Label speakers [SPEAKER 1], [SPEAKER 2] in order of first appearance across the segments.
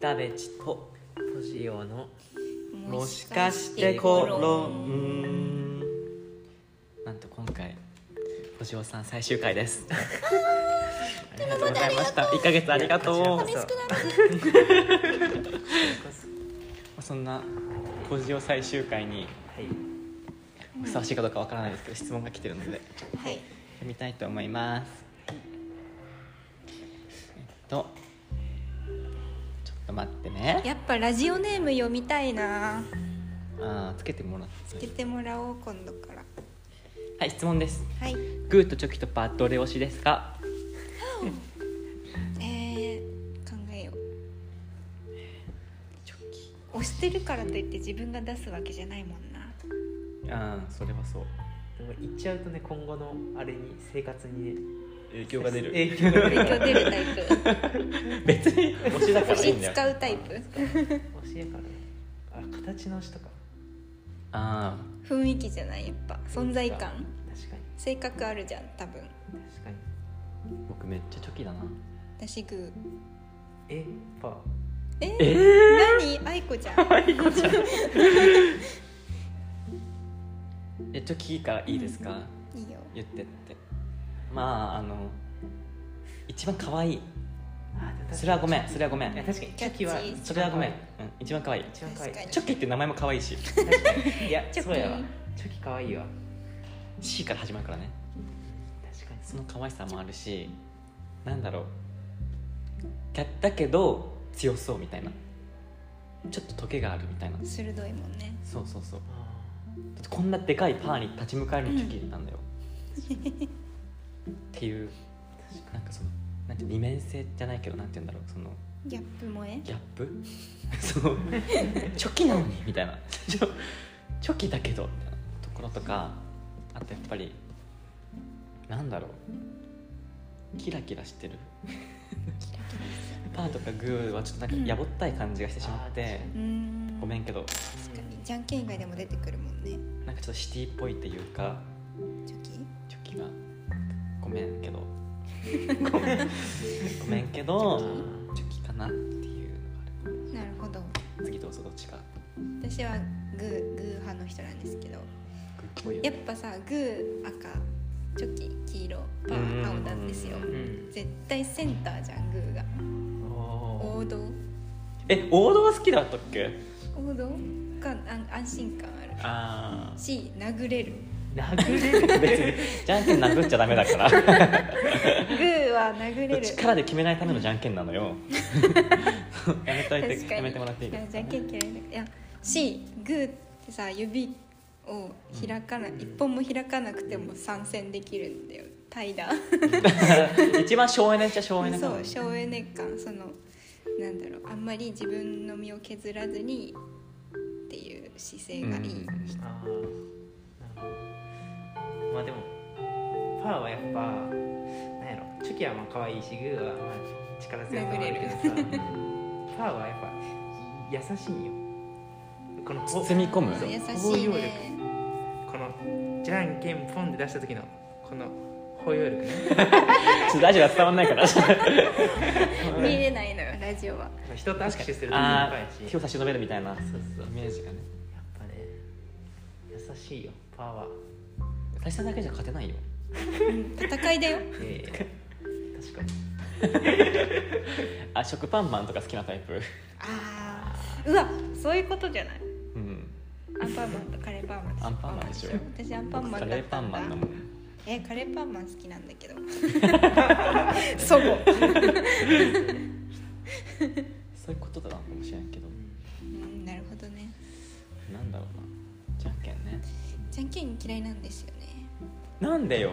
[SPEAKER 1] ダベチとトジオの
[SPEAKER 2] も
[SPEAKER 1] も
[SPEAKER 2] し
[SPEAKER 1] し
[SPEAKER 2] か
[SPEAKER 1] か
[SPEAKER 2] し
[SPEAKER 1] してて
[SPEAKER 2] コ
[SPEAKER 1] コ
[SPEAKER 2] ロ
[SPEAKER 1] ロ
[SPEAKER 2] ン
[SPEAKER 1] ンなんと今回星尾さん最終回ですありがとうございました1ヶ月ありがとう
[SPEAKER 2] 寂しくなる
[SPEAKER 1] そんな星尾最終回に
[SPEAKER 3] はい
[SPEAKER 1] ふさわしいかどうかわからないですけど質問が来てるので
[SPEAKER 2] はい
[SPEAKER 1] 読みたいと思いますえっとちょっと待ってね
[SPEAKER 2] やっぱラジオネーム読みたいな
[SPEAKER 1] あーつけてもらって
[SPEAKER 2] つけてもらおう今度から
[SPEAKER 1] はい質問です
[SPEAKER 2] はい
[SPEAKER 1] グーとチョキとパーどれ推しですか
[SPEAKER 2] えー、考えよう押してるからといって自分が出すわけじゃないもんな
[SPEAKER 1] うんそれはそう
[SPEAKER 3] でも言っちゃうとね今後のあれに生活にね
[SPEAKER 1] 影響が出る
[SPEAKER 3] 影響が出
[SPEAKER 2] 影
[SPEAKER 3] る
[SPEAKER 2] 響出るタイプ
[SPEAKER 1] 別に推しだから
[SPEAKER 2] 押
[SPEAKER 1] いい
[SPEAKER 2] し
[SPEAKER 1] んだよ
[SPEAKER 2] 使 うタイプ
[SPEAKER 3] 教えからねあ形のしとか
[SPEAKER 1] あ
[SPEAKER 2] 雰囲気じゃないやっぱ存在感
[SPEAKER 3] 確か
[SPEAKER 2] 性格あるじゃん多分
[SPEAKER 3] に確かに
[SPEAKER 1] あ僕めっちゃチョキだな
[SPEAKER 2] 私グー
[SPEAKER 3] えやっぱ
[SPEAKER 2] えー、
[SPEAKER 1] え
[SPEAKER 2] 何愛子ちゃん
[SPEAKER 1] ー、いい子ちゃんえチョキからいいですか
[SPEAKER 2] いいよ
[SPEAKER 1] 言ってってまああの一番可愛い
[SPEAKER 3] あでも確かに
[SPEAKER 1] それはごめんそれはごめ
[SPEAKER 3] いや
[SPEAKER 1] ん
[SPEAKER 3] 確かにチョキは
[SPEAKER 2] キャッチ
[SPEAKER 1] それはごめん、うん、一番可愛い
[SPEAKER 3] 一番可愛い
[SPEAKER 2] 確かに
[SPEAKER 1] チョキって名前も可愛いし
[SPEAKER 3] 確かにいや
[SPEAKER 2] チョキ
[SPEAKER 3] そうやわ チョキ可愛いわ
[SPEAKER 1] C から始まるからね
[SPEAKER 3] 確かに
[SPEAKER 1] その可愛さもあるしなんだろうだだけど強そうみたいなちょっとトゲがあるみたいな
[SPEAKER 2] 鋭いもんね
[SPEAKER 1] そうそうそう
[SPEAKER 3] あ
[SPEAKER 1] だってこんなでかいパーに立ち向かえるのチョキなんだよ、っていうなんかそのなんて二面性じゃないけどなんて言うんだろうその
[SPEAKER 2] ギャップ萌え
[SPEAKER 1] ギャップそのチョキなのにみたいな チョチョキだけどみたいなところとかあとやっぱりなんだろうキラキラしてる
[SPEAKER 2] キラキラする
[SPEAKER 1] パーとかグーはちょっとなんかやぼったい感じがしてしまって、
[SPEAKER 2] うーん
[SPEAKER 1] ごめんけど
[SPEAKER 2] 確かにじゃんけん以外でも出てくるもんね
[SPEAKER 1] なんかちょっとシティっぽいっていうか
[SPEAKER 2] チョキ
[SPEAKER 1] チョキがごめんけどごめんごめんけどチョキかなっていうのがある
[SPEAKER 2] なるほど
[SPEAKER 1] 次どうぞどっちか
[SPEAKER 2] 私はグーグー派の人なんですけど
[SPEAKER 1] グーっぽいよ
[SPEAKER 2] や
[SPEAKER 1] ね
[SPEAKER 2] っぱさグー赤チョキ黄色パー青なんですよ
[SPEAKER 1] うん
[SPEAKER 3] うん
[SPEAKER 2] 絶対センターじゃんグーが
[SPEAKER 3] お
[SPEAKER 2] 王道
[SPEAKER 1] え王道は好きだったっけ
[SPEAKER 2] 王道か安安心感ある
[SPEAKER 1] あ
[SPEAKER 2] C 殴れる
[SPEAKER 3] ー殴れる
[SPEAKER 1] あ別にじゃんけん殴っちゃダメだから
[SPEAKER 2] グーは殴れる
[SPEAKER 1] 力で決めないためのじゃんけんなのよやめといてやめてもらっていいです
[SPEAKER 2] や
[SPEAKER 1] か
[SPEAKER 2] じゃんけん嫌いだいや C グーってさ指を開かない、一本も開かなくても参戦できるんだよ怠惰
[SPEAKER 1] 一番省エネっちゃ省エネな
[SPEAKER 2] そ
[SPEAKER 1] の
[SPEAKER 2] う省エネ感そのなんだろうあんまり自分の身を削らずにっていう姿勢がいい、
[SPEAKER 1] うん
[SPEAKER 3] ああなるほどまあでもパーはやっぱなんやろチョキはまあ可愛いしグーはまあ力強さもあるけどさパーはやっぱ優しいんよこのほ
[SPEAKER 1] 包み込む
[SPEAKER 2] あー優
[SPEAKER 3] 包
[SPEAKER 2] しい
[SPEAKER 3] 容
[SPEAKER 2] ね
[SPEAKER 3] このじゃんけんポンで出した時のこの包容力ね
[SPEAKER 1] ちょっとラジオは伝わんないから
[SPEAKER 2] 見れないのよラジオは
[SPEAKER 3] 人と握手する時に
[SPEAKER 1] あ
[SPEAKER 3] や
[SPEAKER 1] ー
[SPEAKER 3] っ
[SPEAKER 1] 手を差し伸べるみたいな
[SPEAKER 3] そうそう
[SPEAKER 1] イメージがね
[SPEAKER 3] ぱね優しいよパーは
[SPEAKER 1] 大さんだけじゃ勝てないよ
[SPEAKER 2] うん戦いだよ
[SPEAKER 3] ええ確かに
[SPEAKER 1] あ食パンマンとか好きなタイプ
[SPEAKER 2] あーうわそういうことじゃない
[SPEAKER 1] うん
[SPEAKER 2] アンパンマンとカレーパンマンと
[SPEAKER 1] アンパンマンでしょ
[SPEAKER 2] 私アンパンマ
[SPEAKER 1] カ
[SPEAKER 2] ン
[SPEAKER 1] レ
[SPEAKER 2] だっ
[SPEAKER 1] ーパ
[SPEAKER 2] た
[SPEAKER 1] ン
[SPEAKER 2] んだ
[SPEAKER 1] マンだもん
[SPEAKER 2] えカレーパンマン好きなんだけどそご
[SPEAKER 1] そういうことだなかもしれんけど
[SPEAKER 2] うんなるほどね
[SPEAKER 1] なんだろうなじゃんけんね
[SPEAKER 2] じゃんけん嫌いなんですよね
[SPEAKER 1] なんでよ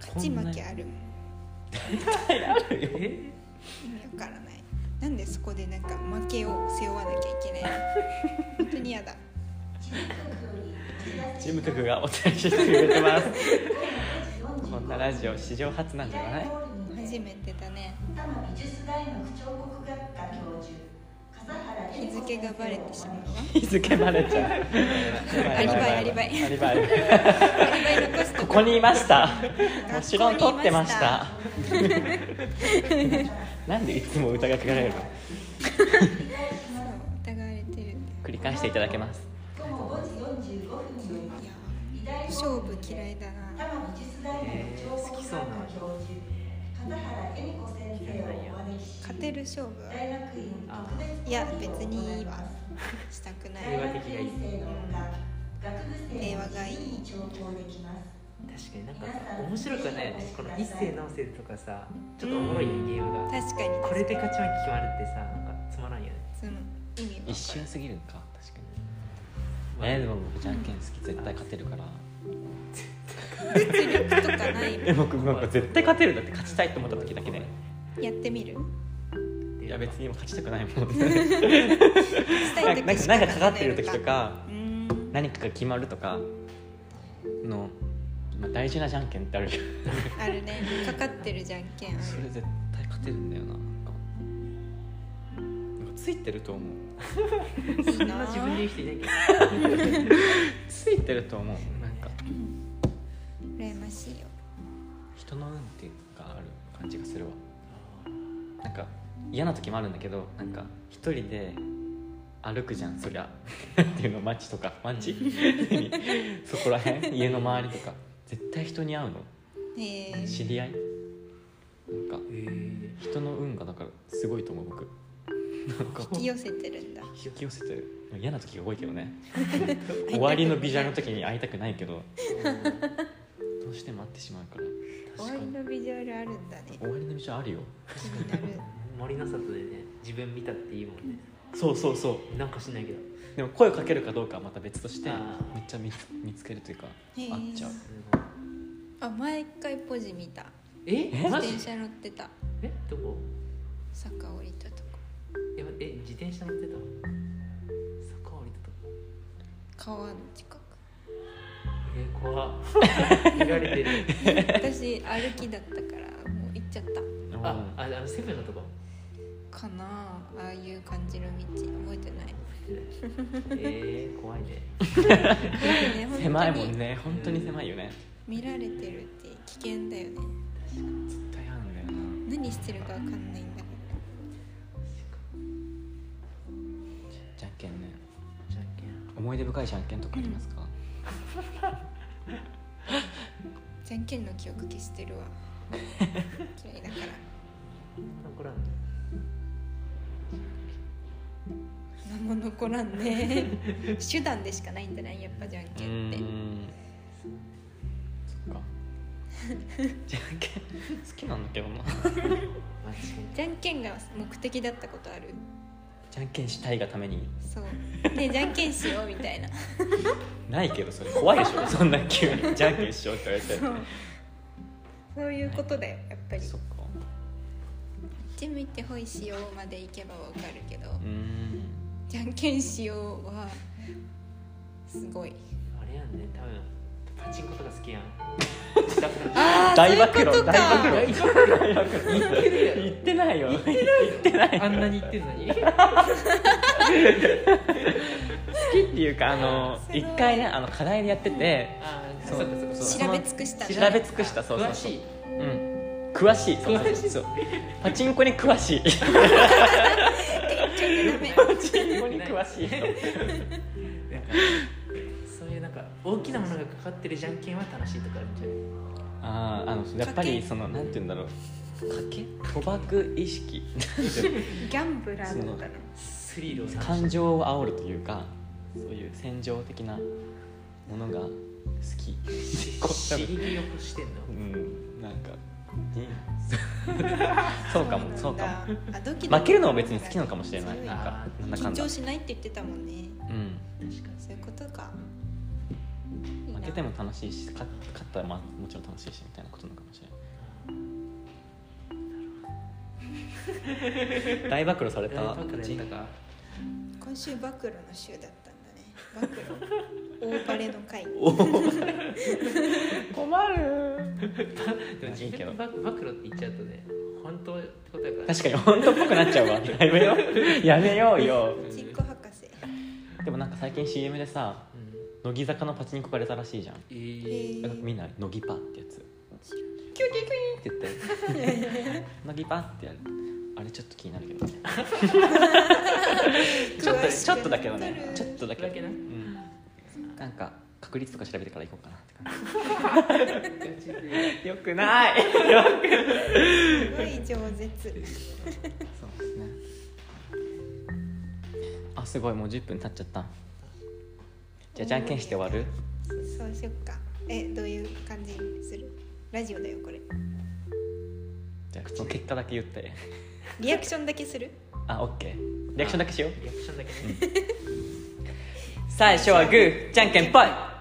[SPEAKER 2] 勝ち負けあ
[SPEAKER 1] る
[SPEAKER 2] るもん
[SPEAKER 1] あるよ
[SPEAKER 3] え
[SPEAKER 2] 意味わからないなんでそこでなんか負けを背負わなきゃいけないの本当に嫌だ
[SPEAKER 1] チーム局がお伝えしてくれてますこんなラジオ史上初なんじゃない
[SPEAKER 2] 初めてだね
[SPEAKER 4] 多摩美術大学彫刻学科教授笠原
[SPEAKER 2] 日付がバレてしまうわ
[SPEAKER 1] 日付バレちゃう
[SPEAKER 2] アリバイアリバイ
[SPEAKER 1] アリバイアリバイ
[SPEAKER 2] アリバイ残すと
[SPEAKER 1] ここにいました
[SPEAKER 2] 学校にいました
[SPEAKER 1] もちろん撮って ましたなんでいつも疑ってかれるの
[SPEAKER 4] 繰り返し
[SPEAKER 2] そう
[SPEAKER 4] ます
[SPEAKER 2] 疑われてるい
[SPEAKER 1] 繰り返していただけます
[SPEAKER 4] 午後5時45分よ
[SPEAKER 2] や
[SPEAKER 4] り美大
[SPEAKER 2] 勝
[SPEAKER 4] 後
[SPEAKER 2] 負嫌いだな
[SPEAKER 4] 多摩美術大学彫刻学科教授片原恵美子先生をお招きし
[SPEAKER 2] 勝てる勝負は
[SPEAKER 4] 大学院特別講義を
[SPEAKER 2] いや別にい
[SPEAKER 4] 行い
[SPEAKER 2] いわ
[SPEAKER 4] ます
[SPEAKER 2] したくな
[SPEAKER 4] 大
[SPEAKER 2] い
[SPEAKER 4] 学院生のほか学部生
[SPEAKER 2] 平
[SPEAKER 4] も
[SPEAKER 2] 和がいい
[SPEAKER 4] 自由に聴講できます
[SPEAKER 3] 確かになんか面白くないよねこの一世直せとかさちょっとおもろいね
[SPEAKER 1] うん
[SPEAKER 3] ゲームが
[SPEAKER 2] 確かに
[SPEAKER 3] これで勝ち負け決まるってさなんかつまらんよね
[SPEAKER 2] その意味
[SPEAKER 1] 一
[SPEAKER 2] は
[SPEAKER 1] 瞬すぎるか確かにえー、でも僕じゃんけん好き絶対勝てるから
[SPEAKER 2] 実力とかない
[SPEAKER 1] え僕なんか絶対勝てるだって勝ちたいと思った時だけで
[SPEAKER 2] やってみる
[SPEAKER 1] いや別にもう勝ちたくないも んな
[SPEAKER 2] したい
[SPEAKER 1] んか
[SPEAKER 2] 時し
[SPEAKER 1] なんか
[SPEAKER 2] 勝て
[SPEAKER 1] かか
[SPEAKER 2] な
[SPEAKER 1] っ
[SPEAKER 2] い
[SPEAKER 1] てる時とか
[SPEAKER 2] うーん
[SPEAKER 1] 何かが決まるとかの、まあ、大事なじゃんけんってあるじゃん
[SPEAKER 2] あるねかかってるじゃん けんある
[SPEAKER 1] それ絶対勝てるんだよななんかなんかついてると思う
[SPEAKER 3] そんな自分で言う人いないけど
[SPEAKER 1] ついてると思うなんか
[SPEAKER 2] 羨ましいよ
[SPEAKER 1] 人の運っていうかある感じがするわなんか嫌な時もあるんだけどなんか一人で歩くじゃんそりゃっていうの街とか街何そこら辺家の周りとか絶対人に会うの
[SPEAKER 2] へえ
[SPEAKER 1] 知り合いなんか
[SPEAKER 3] えー
[SPEAKER 1] 人の運がだからすごいと思う僕なんか
[SPEAKER 2] 引き寄せてるんだ
[SPEAKER 1] 引き寄せてる嫌な時が多いけどね終わりのビジュアルの時に会いたくないけどどうしても会ってしまうから
[SPEAKER 2] 終わりのビジュアルあるんだね
[SPEAKER 1] 終わりのビジュアルあるよ
[SPEAKER 2] 気になる
[SPEAKER 3] 森の里でね自分見たっていいもんね
[SPEAKER 1] そうそうそう
[SPEAKER 3] なんかしないけど
[SPEAKER 1] でも声をかけるかどうかはまた別として
[SPEAKER 3] あー
[SPEAKER 1] めっちゃ見つ見つけるというか
[SPEAKER 2] へー
[SPEAKER 1] 会っちゃう
[SPEAKER 2] あ毎回ポジ見た
[SPEAKER 3] え
[SPEAKER 1] え
[SPEAKER 3] マ
[SPEAKER 2] 自
[SPEAKER 3] ジ
[SPEAKER 2] 転車乗ってた
[SPEAKER 3] えどこ
[SPEAKER 2] 坂降りたとこ
[SPEAKER 3] え待ってえ自転車乗ってた坂降りたとこ
[SPEAKER 2] 川の近く
[SPEAKER 3] えー、怖っ 見られてる
[SPEAKER 2] 私歩きだったからもう行っちゃっ
[SPEAKER 3] あ あ
[SPEAKER 1] あ
[SPEAKER 3] あのセブンのとこ
[SPEAKER 2] たかなあああいう感じの道覚えてない
[SPEAKER 3] えー、怖いね
[SPEAKER 2] 怖いね本当に
[SPEAKER 1] 狭いもんね本当に狭いよね
[SPEAKER 2] 見られてるって危険だよね
[SPEAKER 1] 絶対あるんだよな
[SPEAKER 2] 何してるかわかんないんだから
[SPEAKER 1] じゃんけんね
[SPEAKER 3] じゃんけん
[SPEAKER 1] 思い出深いじゃんけんとかありますか、
[SPEAKER 2] じゃんけんの記憶消してるわ嫌いだから
[SPEAKER 3] 残らんね
[SPEAKER 2] 何も残らん ね手段でしかないんだねやっぱじゃん
[SPEAKER 1] う
[SPEAKER 2] けんって
[SPEAKER 1] ーんそ っかじゃんけん好きなんだけどな
[SPEAKER 3] 間違
[SPEAKER 2] じゃんけんが目的だったことある
[SPEAKER 1] じゃんけんしたいがために
[SPEAKER 2] そうねえじゃんけんしようみたいな
[SPEAKER 1] ないけどそれ怖いでしょそんな急にじゃんけんしようって言われ
[SPEAKER 2] そういうことだよやっぱ
[SPEAKER 1] て
[SPEAKER 2] り
[SPEAKER 1] そっか
[SPEAKER 2] ジム行ってほいしようまで行けばわかるけど
[SPEAKER 1] うーん
[SPEAKER 2] じゃんけんしようはすごい
[SPEAKER 3] あれやんね多分パチンコとか好きやん
[SPEAKER 2] あ
[SPEAKER 1] 大暴露
[SPEAKER 2] そういうこと
[SPEAKER 1] 大暴
[SPEAKER 2] か
[SPEAKER 1] 露言ってないよ言ってな い
[SPEAKER 3] あんなに言ってるのに
[SPEAKER 1] 好きっていうかあの
[SPEAKER 2] すごい
[SPEAKER 1] 一回ねあの課題でやってて、
[SPEAKER 3] あー
[SPEAKER 1] そう
[SPEAKER 3] そっかそっかそっか
[SPEAKER 1] そ
[SPEAKER 2] 調
[SPEAKER 1] の
[SPEAKER 2] べ尽くした
[SPEAKER 1] 調
[SPEAKER 2] ね
[SPEAKER 1] べ尽くしたそうそう
[SPEAKER 3] 詳
[SPEAKER 1] そ
[SPEAKER 3] し
[SPEAKER 1] う
[SPEAKER 3] い
[SPEAKER 1] うん詳しいそうそう
[SPEAKER 3] 詳しい
[SPEAKER 1] そうパチンコに詳しい
[SPEAKER 2] ちょっとダメ
[SPEAKER 1] パチンコに詳しい人
[SPEAKER 3] そういうなんか大きなものがかかってるじゃんけんは楽しいとかあるんじゃない
[SPEAKER 1] あああのやっぱりそのなんて言うんだろう賭博意識
[SPEAKER 2] ギャンブラーだったの
[SPEAKER 3] スリルを楽し
[SPEAKER 1] 感
[SPEAKER 3] む
[SPEAKER 1] 情を煽るというかそういう戦場的なものが好きこう多
[SPEAKER 3] 刺
[SPEAKER 1] 分
[SPEAKER 3] 激を欲してんの
[SPEAKER 1] うんなんかにそうかもそうかも
[SPEAKER 2] もあドキドキ
[SPEAKER 1] 負けるのは別に好きなのかもしれない
[SPEAKER 2] そう
[SPEAKER 1] なんかなんだか
[SPEAKER 2] 緊
[SPEAKER 1] んだ
[SPEAKER 2] 張、しないって言ってたもんね
[SPEAKER 1] う
[SPEAKER 3] 確かに
[SPEAKER 2] そういうことかいい
[SPEAKER 1] ん、
[SPEAKER 2] な
[SPEAKER 1] 負けても楽しいし勝勝ったらまあもちろん楽しいしみたいなことなのかもしれない大暴露され
[SPEAKER 3] え
[SPEAKER 1] た
[SPEAKER 3] バカだったか
[SPEAKER 2] 今週暴露の週だったんだね暴露大バレの回
[SPEAKER 1] 困る
[SPEAKER 3] でも自分でバ暴露って言っちゃうとね本当ってことやから
[SPEAKER 1] 確かに本当っぽくなっちゃうわやめよう やめようよ
[SPEAKER 2] ちっこ博士
[SPEAKER 1] でもなんか最近 CM でさ
[SPEAKER 3] うん
[SPEAKER 1] 乃木坂のパチンコが出たらしいじゃん
[SPEAKER 3] え
[SPEAKER 2] え
[SPEAKER 3] ー
[SPEAKER 2] ー
[SPEAKER 1] みんな乃木パってやつ
[SPEAKER 2] 知ら
[SPEAKER 1] キュキュキュインって言って乃木パってやるああれちょっと気になるけど ね
[SPEAKER 2] しく
[SPEAKER 1] ちょっとちょっとだけどね
[SPEAKER 2] なる
[SPEAKER 1] ちょっとだけ
[SPEAKER 3] だ けな
[SPEAKER 1] うん、なんか確率とか調べてから行こうかなって感じよくない
[SPEAKER 2] すごい饒舌
[SPEAKER 1] そうですねあすごいもう10分経っちゃったじゃあじゃんけんして終わる
[SPEAKER 2] そうしよっかえどういう感じにするラジオだよこれ
[SPEAKER 1] じゃあその結果だけ言って
[SPEAKER 2] リアクションだけする
[SPEAKER 1] あオッケーリアクションだけしよう
[SPEAKER 3] リアクションだけね
[SPEAKER 1] 最初はグーじゃんけんぽい